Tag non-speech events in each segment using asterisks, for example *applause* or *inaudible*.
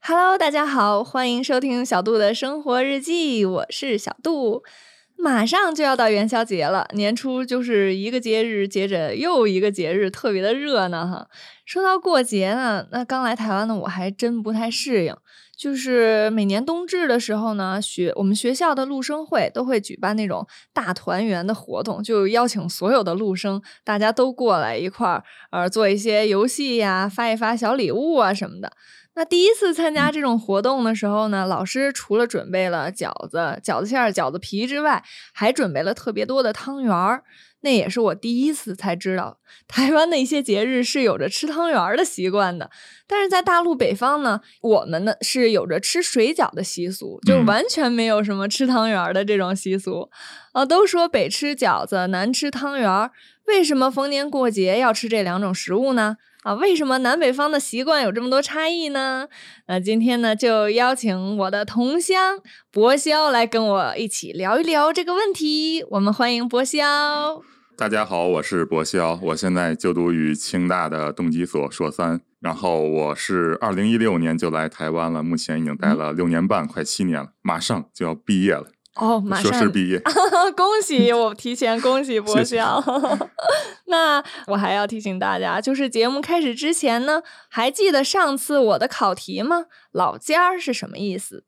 Hello，大家好，欢迎收听小杜的生活日记，我是小杜。马上就要到元宵节了，年初就是一个节日接着又一个节日，特别的热闹哈。说到过节呢，那刚来台湾的我还真不太适应。就是每年冬至的时候呢，学我们学校的陆生会都会举办那种大团圆的活动，就邀请所有的陆生，大家都过来一块儿，呃，做一些游戏呀、发一发小礼物啊什么的。那第一次参加这种活动的时候呢，老师除了准备了饺子、饺子馅儿、饺子皮之外，还准备了特别多的汤圆儿。那也是我第一次才知道， *laughs* 台湾的一些节日是有着吃汤圆儿的习惯的。但是在大陆北方呢，我们呢是有着吃水饺的习俗，就嗯完全没有什么吃汤圆儿的这种习俗。啊，都说北吃饺子，南吃汤圆儿，为什么逢年过节要吃这两种食物呢？啊，为什么南北方的习惯有这么多差异呢？那今天呢，就邀请我的同乡博潇来跟我一起聊一聊这个问题。我们欢迎博潇。大家好，我是博潇，我现在就读于清大的动机所硕三，然后我是二零一六年就来台湾了，目前已经待嗯了六年半，快七年了，马上就要毕业了，哦，马硕士上 *laughs* 毕业。恭喜我提前恭喜博 *laughs* 谢谢笑。 *laughs* 那我还要提醒大家，就是节目开始之前呢，还记得上次我的考题吗？老家儿是什么意思？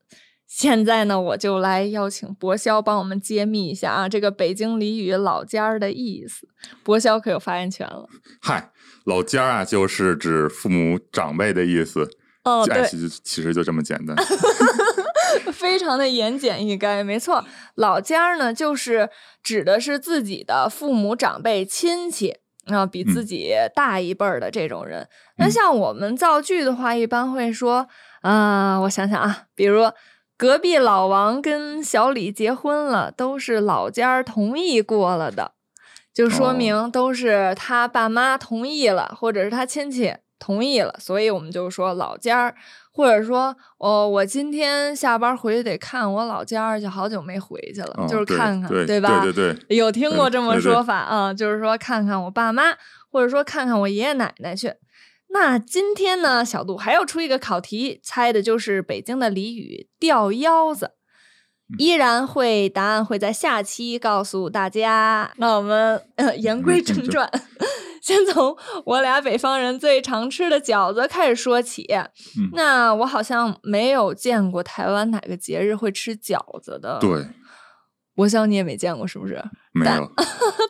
现在呢，我就来邀请博潇帮我们揭秘一下啊，这个北京俚语“老家儿”的意思。博潇可有发言权了。嗨，老家啊，就是指父母长辈的意思，哦，哎对，其实其实就这么简 *laughs* 单。非常的言简意赅，没错。老家儿呢，就是指的是自己的父母、长辈、亲戚。啊，比自嗯己大一辈儿的这种人，那嗯像我们造句的话，一般会说，啊、我想想啊，比如隔壁老王跟小李结婚了，都是老家儿同意过了的，就说哦明都是他爸妈同意了，或者是他亲戚同意了，所以我们就说老家儿，或者说，哦，我今天下班回去得看我老家儿去，好久没回去了，嗯，就是对看看，对吧？对对对，有听过这么嗯对对说法啊，就是说看看我爸妈，或者说看看我爷爷奶奶去。那今天呢，小杜还要出一个考题，猜的就是北京的俚语“吊腰子”，嗯依然会答案会在下期告诉大家。那我们、呃、言归嗯正传， *laughs* 先从我俩北方人最常吃的饺子开始说起。嗯那我好像没有见过台湾哪个节日会吃饺子的，对，我想你也没见过，是不是？没有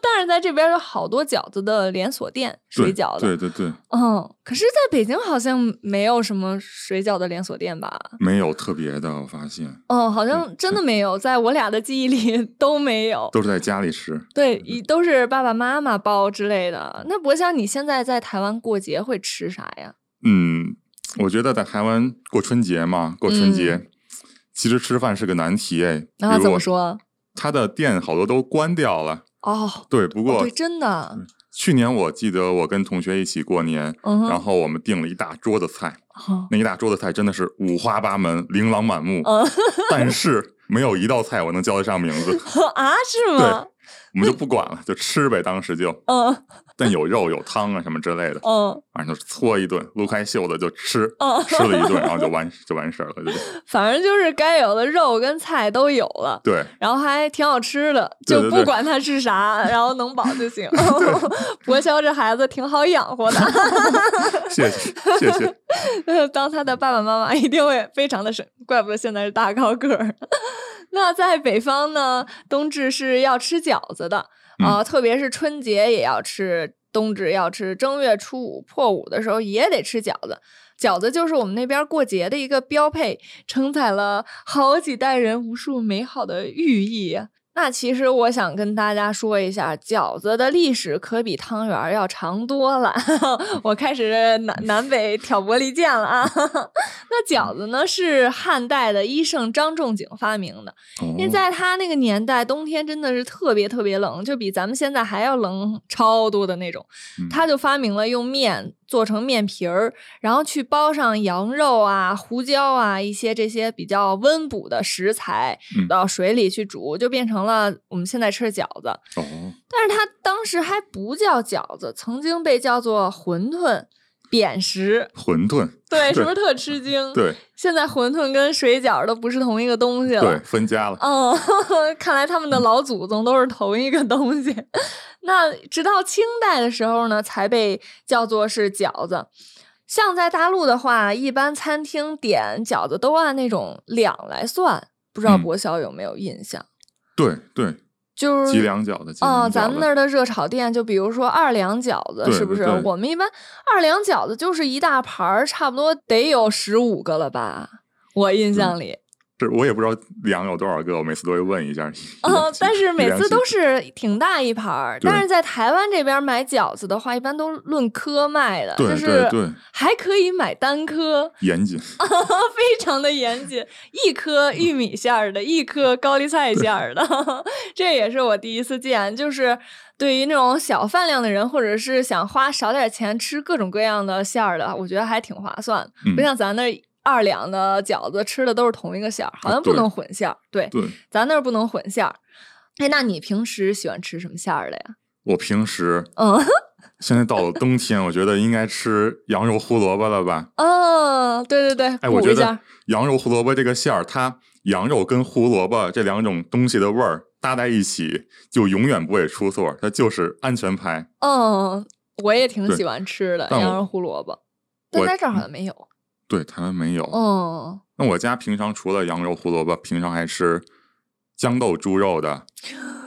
但是在这边有好多饺子的连锁店，水对饺的，对对对，嗯，可是在北京好像没有什么水饺的连锁店吧？没有特别的，我发现嗯，好像真的没有，在我俩的记忆里 *laughs* 都没有。都是在家里吃。对，一都是爸爸妈妈包之类的。那博香，你现在在台湾过节会吃啥呀？嗯，我觉得在台湾过春节嘛，过春节、其实吃饭是个难题哎。然后嗯啊比如怎么我？说？他的店好多都关掉了。哦，对，不哦过、对，真的，去年我记得我跟同学一起过年，嗯哼，然后我们订了一大桌子菜，哦那一大桌子菜真的是五花八门、琳琅满目，嗯 *laughs* 但是没有一道菜我能叫得上名字，啊，是吗？我们就不管了，就吃呗，当时就。嗯但有肉有汤啊什么之类的，嗯反正就是搓一顿，撸开袖子就吃，嗯， *laughs* 吃了一顿，然后就完就完事儿了，就反正就是该有的肉跟菜都有了。对。然后还挺好吃的，对就对不对管它是啥，然后能饱就 *laughs* 行。 *laughs* 博潇这孩子挺好养活的， *laughs* 谢谢谢谢，当他的爸爸妈妈一定会非常的神，怪不得现在是大高个儿。 *laughs* 那在北方呢，冬至是要吃饺子的嗯啊、特别是春节也要吃，冬至要吃，正月初五破五的时候也得吃饺子。饺子就是我们那边过节的一个标配，承载了好几代人无数美好的寓意啊。那其实我想跟大家说一下，饺子的历史可比汤圆儿要长多了。 *laughs* 我开始南南北挑拨离间了啊。 *laughs* 那饺子呢，是汉代的医圣张仲景发明的。因为哦在他那个年代，冬天真的是特别特别冷，就比咱们现在还要冷超多的那种。嗯他就发明了用面做成面皮儿，然后去包上羊肉啊、胡椒啊一些这些比较温补的食材嗯到水里去煮，就变成了我们现在吃的饺子。哦，但是它当时还不叫饺子，曾经被叫做馄饨。扁食，馄饨，对，是对嗯不是特吃惊？对现在馄饨跟水饺都不是同一个东西了。对，分家了。嗯， *laughs* 看来他们的老祖宗都是同一个东西。 *laughs* 那直到清代的时候呢，才被叫做是饺子。像在大陆的话，一般餐厅点饺子都按那种两来算，不知道嗯博晓有没有印象？对对，就几是。两饺子，几啊、两咱饺们子那儿的热炒店，就比如说二两饺子，对是不是对？我们一般二两饺子就是一大盘儿，差不多得有十五个了吧？我嗯印象里，是我也不知道两有多少个，我每次都会问一下。嗯，但是每次都是是挺大一盘儿，对但是在台湾这边买饺子的话，一般都论颗卖的，对就对是哦对，还可以买单颗，严 *laughs* 谨，非常的严谨，一颗玉米馅儿的，一颗高丽菜馅儿的， *laughs* 这也是我第一次见。就是对于那种小饭量的人，或者是想花少点钱吃各种各样的馅儿的，我觉得还挺划算的，嗯不像咱那二两的饺子吃的都是同一个馅儿，好啊像不对能混馅儿。对，对。咱那儿不能混馅儿。哎，那你平时喜欢吃什么馅儿的呀？我平时嗯， *laughs* 现在到了冬天，我觉得应该吃羊肉胡萝卜了吧？哦，对对对，哎，我补觉一下得。羊肉胡萝卜这个馅儿，它羊肉跟胡萝卜这两种东西的味儿搭在一起，就永远不会出错，它就是安全牌。嗯，我也挺对喜欢吃的但羊我肉胡萝卜，但我嗯在这儿好像没有。对，台湾没有。嗯，那我家平常除了羊肉胡萝卜，平常还吃豇豆猪肉的，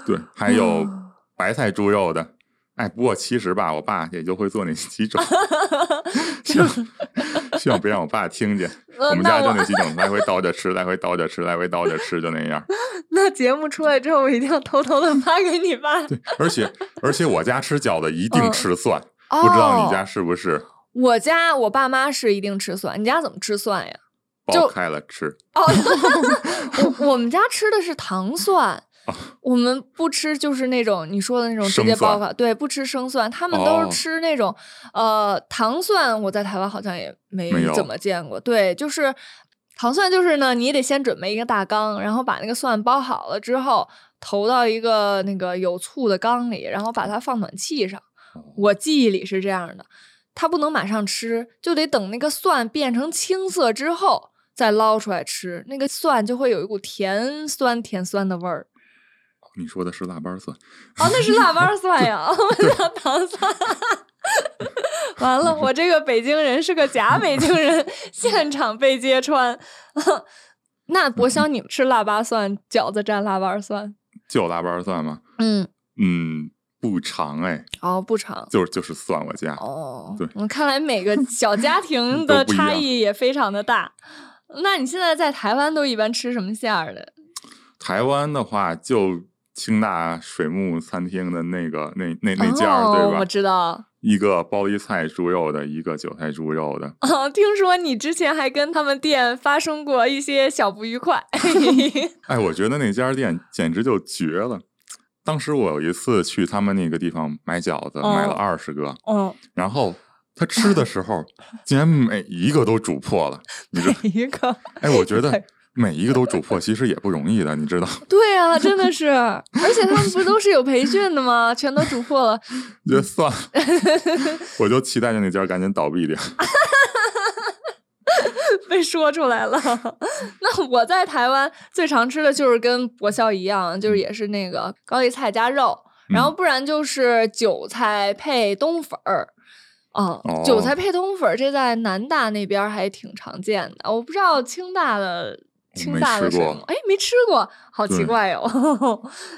对，还有哦白菜猪肉的。哎，不过其实吧，我爸也就会做那 *laughs* 几种，希望希望别让我爸听见。 *laughs* 呃我们那家就我那几种，来回倒着吃，来回倒着吃，来回倒着吃，就那样。那节目出来之后，我一定要偷偷 *laughs* 的发给你爸。而且而且我家吃饺子一定嗯吃蒜，哦不知道你家是不是我家我爸妈是一定吃蒜，你家怎么吃蒜 *laughs* 呀？就剥开了吃？哦，我我们家吃的是糖蒜，我们不吃就是那种你说的那种直哦生接包蒜法，对，不吃生蒜，他们都哦是吃那种、呃糖蒜，我在台湾好像也没没有怎么见过，对，就是。糖蒜就是呢，你得先准备一个大缸，然后把那个蒜包好了之后，投到一个那个有醋的缸里，然后把它放暖气上。我记忆里是这样的，它不能马上吃，就得等那个蒜变成青色之后再捞出来吃，那个蒜就会有一股甜酸甜酸的味儿。你说的是腊八蒜， *laughs* 哦，那是腊八蒜呀，哦 *laughs* 我叫糖蒜。完了，我这个北京人是个假北京人， *laughs* 现场被揭穿。 *laughs* 那博潇，你们吃腊八蒜饺子蘸腊八蒜？就有腊八蒜吗？嗯，嗯，不长哎，哦，不长。就是就是蒜，我家。哦，对嗯，看来每个小家庭 *laughs* 都的不一差样异也非常的大。那你现在在台湾都一般吃什么馅儿的？台湾的话，就清大水木餐厅的那个那那那家儿、哦对我吧？知道。一个包一菜猪肉的，一个韭菜猪肉的。啊，听说你之前还跟他们店发生过一些小不愉快。 *laughs* 哎，我觉得那家店简直就绝了。当时我有一次去他们那个地方买饺子，买了哦二十个，嗯，然后他吃的时 *laughs* 候竟然每一个都煮破了。你知道？每 *laughs* 一个，哎，我觉对 *laughs* 得每一个都煮破其实也不容易的，你知道？对啊，真的 *laughs* 是，而且他们不都是有培训的吗？全都煮破了。就 *laughs* 算了，我就期待着那家赶紧倒闭掉。被说出来了。 *laughs* 那我在台湾最常吃的就是跟博肖一样，就是也是那个高丽菜加肉，然嗯后不然就是韭菜配冬粉儿。啊、哦韭菜配冬粉儿，这在南大那边儿还挺常见的。我不知道清大的我清没大的吃什过么，哎，没吃过，好奇对怪哟、 *laughs*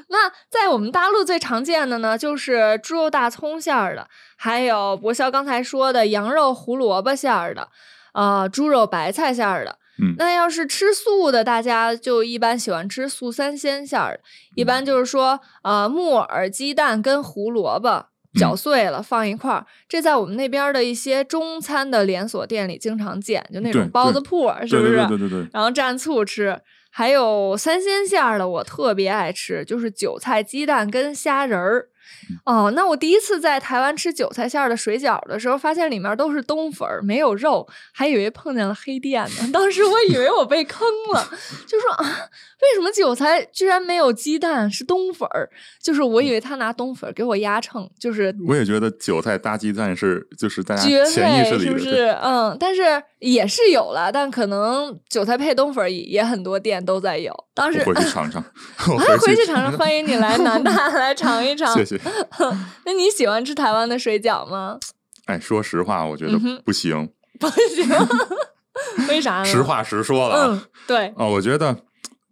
那在我们大陆最常见的呢，就是猪肉大葱馅儿的，还有博肖刚才说的羊肉胡萝卜馅儿的，啊，猪肉白菜馅儿的。嗯那要是吃素的，大家就一般喜欢吃素三鲜馅儿的，一嗯般就是说，呃，木耳、鸡蛋跟胡萝卜搅嗯碎了、放一块儿，这在我们那边儿的一些中餐的连锁店里经常见，就那种对包对子铺儿，是嗯对不对是？对对对对，然后蘸醋吃。还有三鲜馅儿的，我特别爱吃，就是韭菜、鸡蛋跟虾仁儿。哦，那我第一次在台湾吃韭菜馅儿的水饺的时候，发现里面都是冬粉儿，没有肉，还以为碰见了黑店呢。 *laughs* 当时我以为我被坑了，就说啊，为什么韭菜居然没有鸡蛋，是冬粉儿？就是我以为他拿冬粉儿给我压秤，就是我也觉得韭菜搭鸡蛋是就是大家绝潜意识配哎里是的不是？嗯，但是也是有了，但可能韭菜配冬粉儿也也很多店都在有。当时我 *laughs* 回去尝尝，我啊，回去去尝尝，欢迎你来南 *laughs* 大来尝一尝。谢谢。那你喜欢吃台湾的水饺 *laughs* 吗？哎，说实话，我觉得嗯哼不行，不行，为啥呢？实，话实说了啊。嗯，对，啊，我觉得，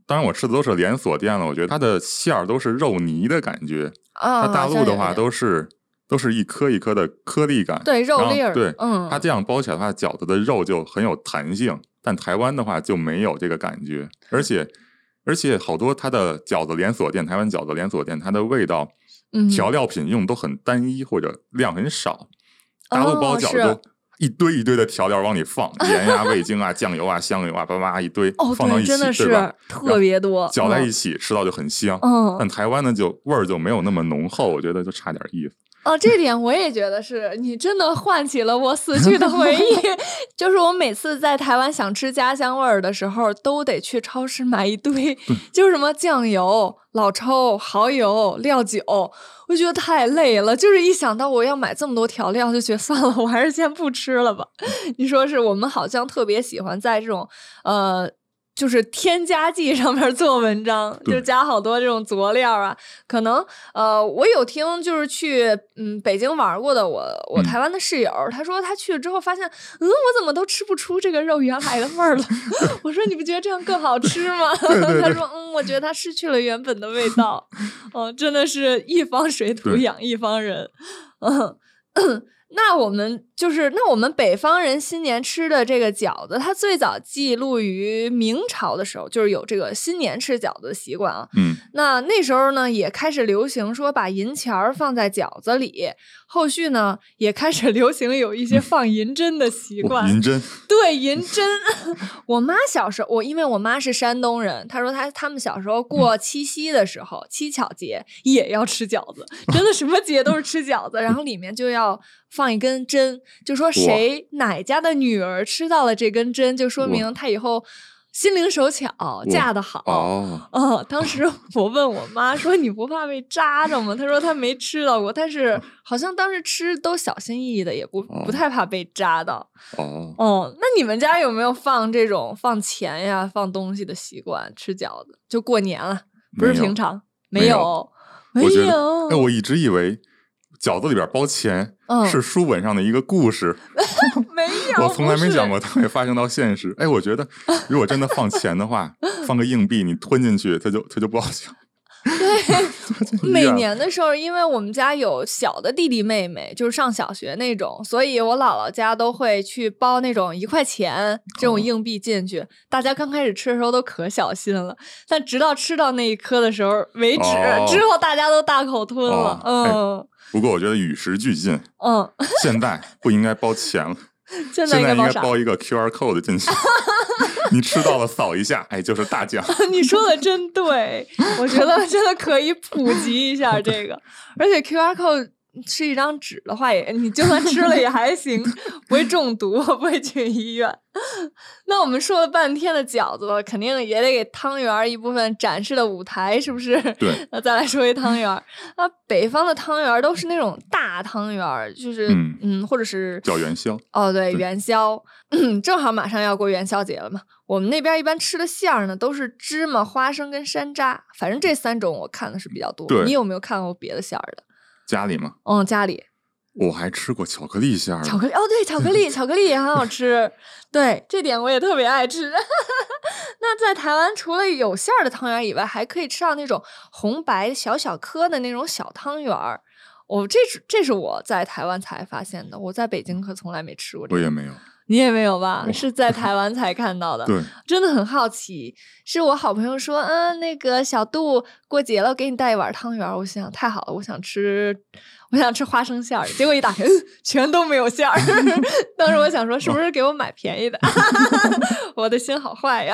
当然我吃的都是连锁店了，我觉得它的馅儿都是肉泥的感觉。啊，它大好像陆有的话点都是都是一颗一颗的颗粒感，对肉然后粒儿，对，嗯，它这样包起来的话，饺子的肉就很有弹性。但台湾的话就没有这个感觉，而且而且好多它的饺子连锁店，台湾饺子连锁店，它的味道、嗯调料品用都很单一或者量很少。大陆包哦饺是子都一堆一堆的调料往里放，盐呀、味精啊、酱油啊、香油啊，叭叭一堆哦，放到一对，真起，的对吧是？特别多，搅在嗯一起吃到就很香。嗯但台湾呢，就味儿就没有那么浓厚，我觉得就差点意思。哦，这点我也觉得是你真的唤起了我死去的回忆。 *laughs* 就是我每次在台湾想吃家乡味儿的时候，都得去超市买一堆，就是什么酱油、老抽、蚝油、料酒，我觉得太累了。就是一想到我要买这么多调料，就觉得算了，我还是先不吃了吧。 *laughs* 你说是我们好像特别喜欢在这种呃。就是添加剂上面做文章，就对加好多这种佐料啊，可能呃，我有听就是去嗯北京玩过的我我嗯台湾的室友，他说他去了之后发现，嗯，我怎么都吃不出这个肉原来的味儿了。 *laughs* 我说你不觉得这样更好吃吗？ *laughs* 对他说嗯，我觉得它失去了原本的味 *laughs* 道。哦，真的是一方水土对养一方人。嗯， *coughs* 那我们就是那我们北方人新年吃的这个饺子，它最早记录于明朝的时候，就是有这个新年吃饺子的习惯啊。嗯，那那时候呢，也开始流行说把银钱儿放在饺子里，后续呢也开始流行有一些放银针的习我惯。银针对银针， *laughs* 我妈小时候，我因为我妈是山东人，她说她他们小时候过七夕的时候，七巧节也要吃饺子，真的什么节都是吃饺子，然后里面就要放一根针，就说谁哪家的女儿吃到了这根针，就说明她以后心灵手巧，嫁得好。哦，哦，当时我问我妈说：“你不怕被扎着吗？”她说她没吃到过，但是好像当时吃都小心翼翼的，也不不哦太怕被扎到。哦，哦，那你们家有没有放这种放钱呀、放东西的习惯？吃饺子就过年了，不是没有平常没有有，没我觉得，有哎，我一直以为饺子里边包钱嗯是书本上的一个故事，没有， *laughs* 我从来不没是想过它会发生到现实。哎，我觉 *laughs* 得如果真的放钱的话，放个硬币你吞进去，它就它就不好笑。对每年的时候，因为我们家有小的弟弟妹妹，就是上小学那种，所以我姥姥家都会去包那种一块钱这种哦硬币进去。大家刚开始吃的时候都可小心了，但直到吃到那一颗的时候为止，哦之后大家都大口吞了。哦不过我觉得与时俱进，嗯嗯， *laughs* 现在不应该包钱了。现在现应在该应包该啥？包一个 QR code *laughs* 进去，你吃到了扫一下，哎，就是大奖。 *laughs* 你说的真对，我觉 *laughs* 得真的可以普及一下这个。而且 QR code 是一张纸的话也，你就算吃了也还行， *laughs* 不会中毒，不会去医院。 *laughs* 那我们说了半天的饺子了，肯定也得给汤圆儿一部分展示的舞台，是不是？对， *laughs* 那再来说一汤圆儿啊，北方的汤圆儿都是那种大汤圆儿，就是嗯嗯，或者是叫元宵。哦，对，对元宵，嗯正好马上要过元宵节了嘛。我们那边一般吃的馅儿呢，都是芝麻、花生跟山楂，反正这三种我看的是比较多。对你有没有看过别的馅儿的？家里嘛，嗯，家里我还吃过巧克力馅儿的，巧克力，哦，对，巧克力，巧克力也很好吃。对，这点我也特别爱吃。 *laughs* 那在台湾，除了有馅儿的汤圆儿以外，还可以吃到那种红白小小颗的那种小汤圆儿。哦，这是这是我在台湾才发现的，我在北京可从来没吃过这我个。也没有。你也没有吧？我是 *laughs* 在台湾才看到的。对，真的很好奇。是我好朋友说，嗯，那个小杜过节了，我给你带一碗汤圆儿。我心想太好了，我想吃，我想吃花生馅儿。结果一打开，嗯全都没有馅儿。 *laughs* 当时我想说，是不是 *laughs* 给我买便宜的？我的心好坏呀。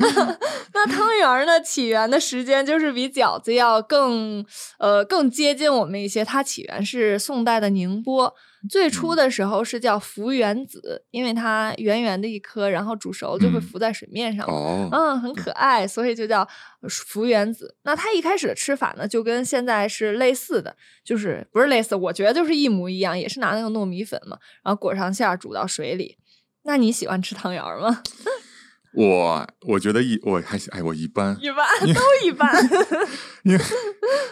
那那那汤圆儿呢，起源的时间就是比饺子要更呃更接近我们一些。它起源是宋代的宁波，最初的时候是叫浮圆子，因为它圆圆的一颗，然后煮熟就会嗯浮在水面上嘛。哦，嗯，很可爱，所以就叫福原子。那它一开始的吃法呢，就跟现在是类似的，就是不是类似，我觉得就是一模一样，也是拿那个糯米粉嘛，然后裹上馅儿煮到水里。那你喜欢吃汤圆儿吗？ *laughs* 我我觉得一我还行哎我一般，一般， *laughs* 都一般。因为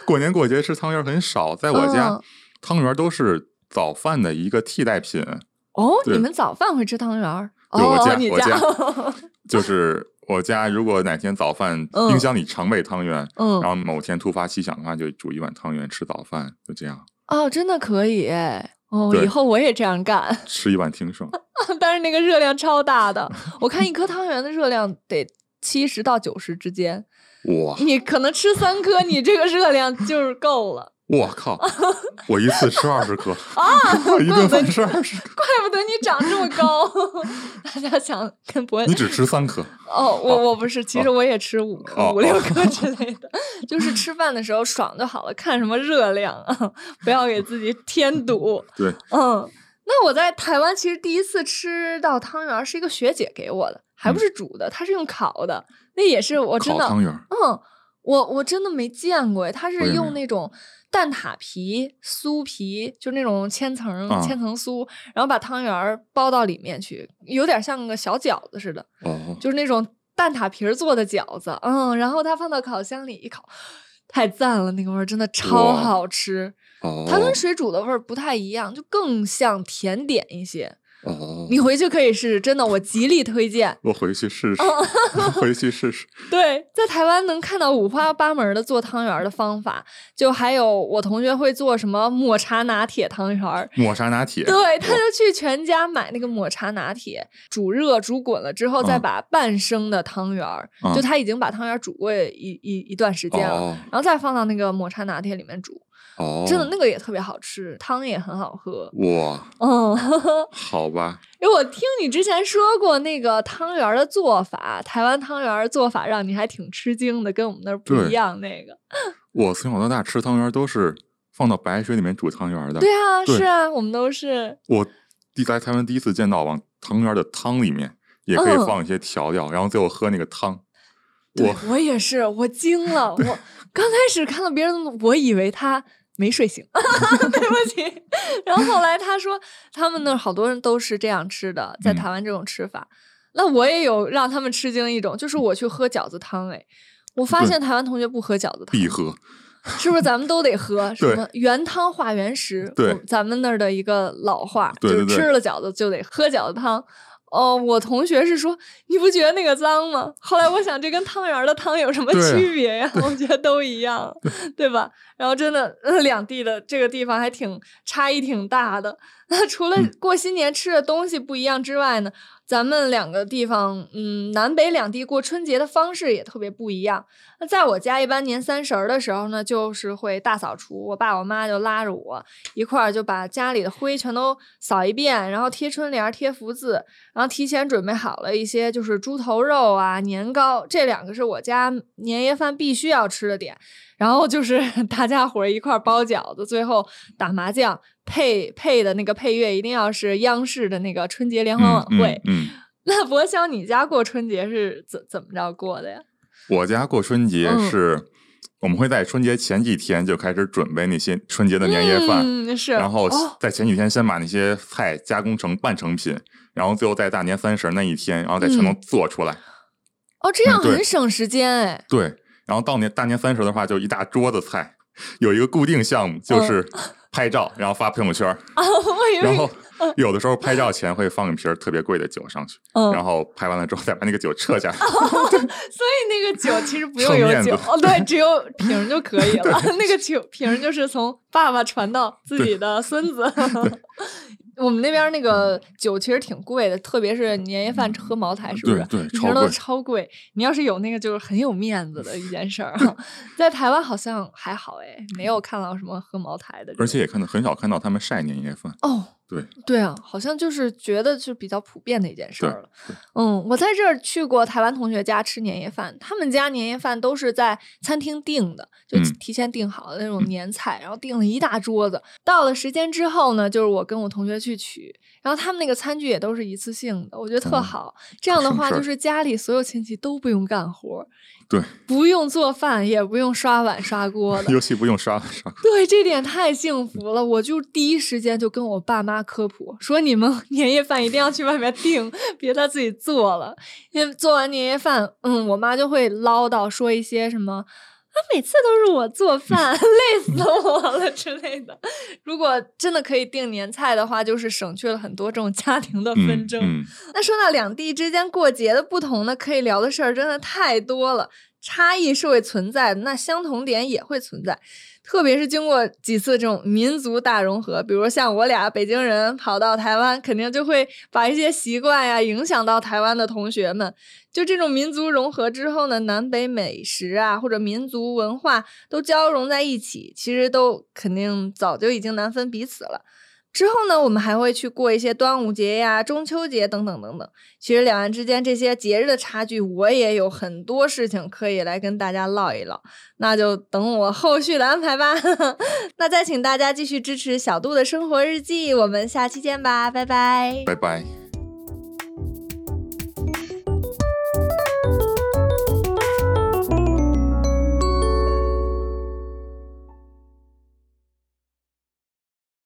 过年过节吃汤圆很少，在我家、嗯汤圆都是早饭的一个替代品。 *laughs* 哦，你对们早饭会吃汤圆儿？对哦我，家你，我家就是 *laughs* 我家如果哪天早饭嗯冰箱里常备汤圆， *laughs* 嗯然，后某天突发奇想的话，就煮一碗汤圆吃早饭，就这样哦，真的可以哎。哦，对以后我也这样干， *laughs* 吃一碗挺爽。但是那个热量超大 *laughs* 的，我看一颗汤圆的热量得七十到九十之间。哇， *laughs* 你可能吃三颗，你这个热量就是够了， *laughs* 我靠！我一次吃二十颗啊 *laughs* 我一顿饭吃二十颗，怪不得你长这么高。 *laughs* 大家想跟博你只吃三颗， *laughs* 哦，我我不是，其实我也吃五颗、哦五六颗之类的， *laughs* 就是吃饭的时候爽就好了，看什么热量啊， *laughs* 不要给自己添堵。 *laughs* 对，嗯，那我在台湾其实第一次吃到汤圆儿是一个学姐给我的，还嗯不是煮的，她是用烤的，那也是我真烤的汤圆儿，嗯，我我真的没见过哎，它我也是没有用那种蛋挞皮、酥皮，就那种千层、啊千层酥，然后把汤圆儿包到里面去，有点像个小饺子似的，哦，就是那种蛋挞皮儿做的饺子。嗯，然后它放到烤箱里一烤，太赞了，那个味儿真的超哇好吃。哦，它跟水煮的味儿不太一样，就更像甜点一些。哦，你回去可以试试，真的，我极力推荐。我回去试试，哦回去试试。对，在台湾能看到五花八门的做汤圆儿的方法，就还有我同学会做什么抹茶拿铁汤圆儿。抹茶拿铁，哦对，他就去全家买那个抹茶拿铁，煮热煮滚了之后，再嗯把半生的汤圆儿，嗯就他已经把汤圆儿煮过一一一段时间了，哦然后再放到那个抹茶拿铁里面煮，哦，真的那个也特别好吃，汤也很好 *laughs* 喝。哇，嗯，好吧，因为哎我听你之前说过那个汤圆儿的做法，台湾汤圆儿的做法让你还挺吃惊的，跟我们那儿不对一样。那个，我从小到大吃汤圆都是放到白水里面煮汤圆的。对啊，对是啊，我们都是。我第在台湾第一次见到往汤圆的汤里面也可以嗯放一些调料，然后最后喝那个汤。对我，我也是，我惊 *laughs* 了。我刚开始看到别人那么，我以为他没睡醒， *laughs* 对不起。然后后来他说，他们那儿好多人都是这样吃的，在嗯台湾这种吃法。那我也有让他们吃惊的一种，就是我去喝饺子汤，哎，我发对现台湾同学不喝饺子汤，必喝， *laughs* 是不是咱们都得喝什对么原汤化原食？对我咱们那儿的一个老话，对就对是对吃了饺子就得喝饺子汤。哦，我同学是说你不觉得那个脏吗？后来我想，这跟汤圆儿的汤有什么对啊区别呀、 *laughs* 我觉得都一样， *laughs* 对吧？然后真的，呃两地的这个地方还挺差异挺大的。那除了嗯过新年吃的东西不一样之外呢，咱们两个地方，嗯，南北两地过春节的方式也特别不一样。那在我家，一般年三十儿的时候呢，就是会大扫除，我爸我妈就拉着我一块儿就把家里的灰全都扫一遍，然后贴春联儿、贴福字，然后提前准备好了一些就是猪头肉啊、年糕，这两个是我家年夜饭必须要吃的点。然后就是 *laughs* 大家伙儿一块儿包饺子，最后打麻将，配配的那个配乐一定要是央视的那个春节联欢晚嗯会。嗯。嗯那博潇，你家过春节是怎怎么着过的呀？我家过春节嗯是，我们会在春节前几天就开始准备那些春节的年夜饭，嗯、是，然后哦在前几天先把那些菜加工成半成品，然后最后在大年三十那一天，然后再全都嗯做出来。哦，这样嗯对很省时间 *laughs* 哎。对，然后到年大年三十的话，就一大桌子菜，有一个固定项目就是拍照，然后发朋友圈儿，啊，我嗯以为然后有的时候拍照前会放一瓶儿特别贵的酒上去，嗯，然后拍完了之后再把那个酒 *laughs* 撤下来。所以那个酒其实不用剩有面子酒，哦， *laughs* 对，只有瓶儿就可以了。那个酒瓶儿就是从爸爸传到自己的孙子。 *laughs* 我们那边儿那个酒其实挺贵的，特别是年夜饭喝茅台，是不对是？对，一瓶超都贵。超贵，你要是有那个，就是很有面子的一件 *laughs* 事儿。在台湾好像还好哎，没有看到什么喝茅台的这种。而且也看到很少看到他们晒年夜饭，哦，对，对啊，好像就是觉得是比较普遍的一件事对儿了。嗯，我在这儿去过台湾同学家吃年夜饭，他们家年夜饭都是在餐厅订的，就嗯提前订好的那种嗯年菜，然后订了一大桌子。到了时间之后呢，就是我跟我同学去取，然后他们那个餐具也都是一次性的，我觉得特哦好。这样的省话，事就儿是家里所有亲戚都不用干活儿，对，不用做饭，也不用刷碗刷锅 *laughs* 的，尤其不用刷刷锅。对，这点太幸福了！我就第一时间就跟我爸妈科普，说你们 *laughs* 年夜饭一定要去外面订， *laughs* 别在自己做了。因为做完年夜饭，嗯，我妈就会唠叨说一些什么。啊，每次都是我做 *laughs* 饭，累死我了之类的。如果真的可以订年菜的话，就是省去了很多这种家庭的纷嗯争。嗯，那说到两地之间过节的不同呢，可以聊的事儿真的太多了。差异是会存在的，那相同点也会存在，特别是经过几次这种民族大融合，比如像我俩北京人跑到台湾，肯定就会把一些习惯呀影响到台湾的同学们。就这种民族融合之后呢，南北美食啊或者民族文化都交融在一起，其实都肯定早就已经难分彼此了。之后呢，我们还会去过一些端午节呀、中秋节等等等等。其实两岸之间这些节日的差距，我也有很多事情可以来跟大家唠一唠，那就等我后续的安排吧。 *laughs* 那再请大家继续支持小度的生活日记，我们下期见吧，拜拜。拜拜。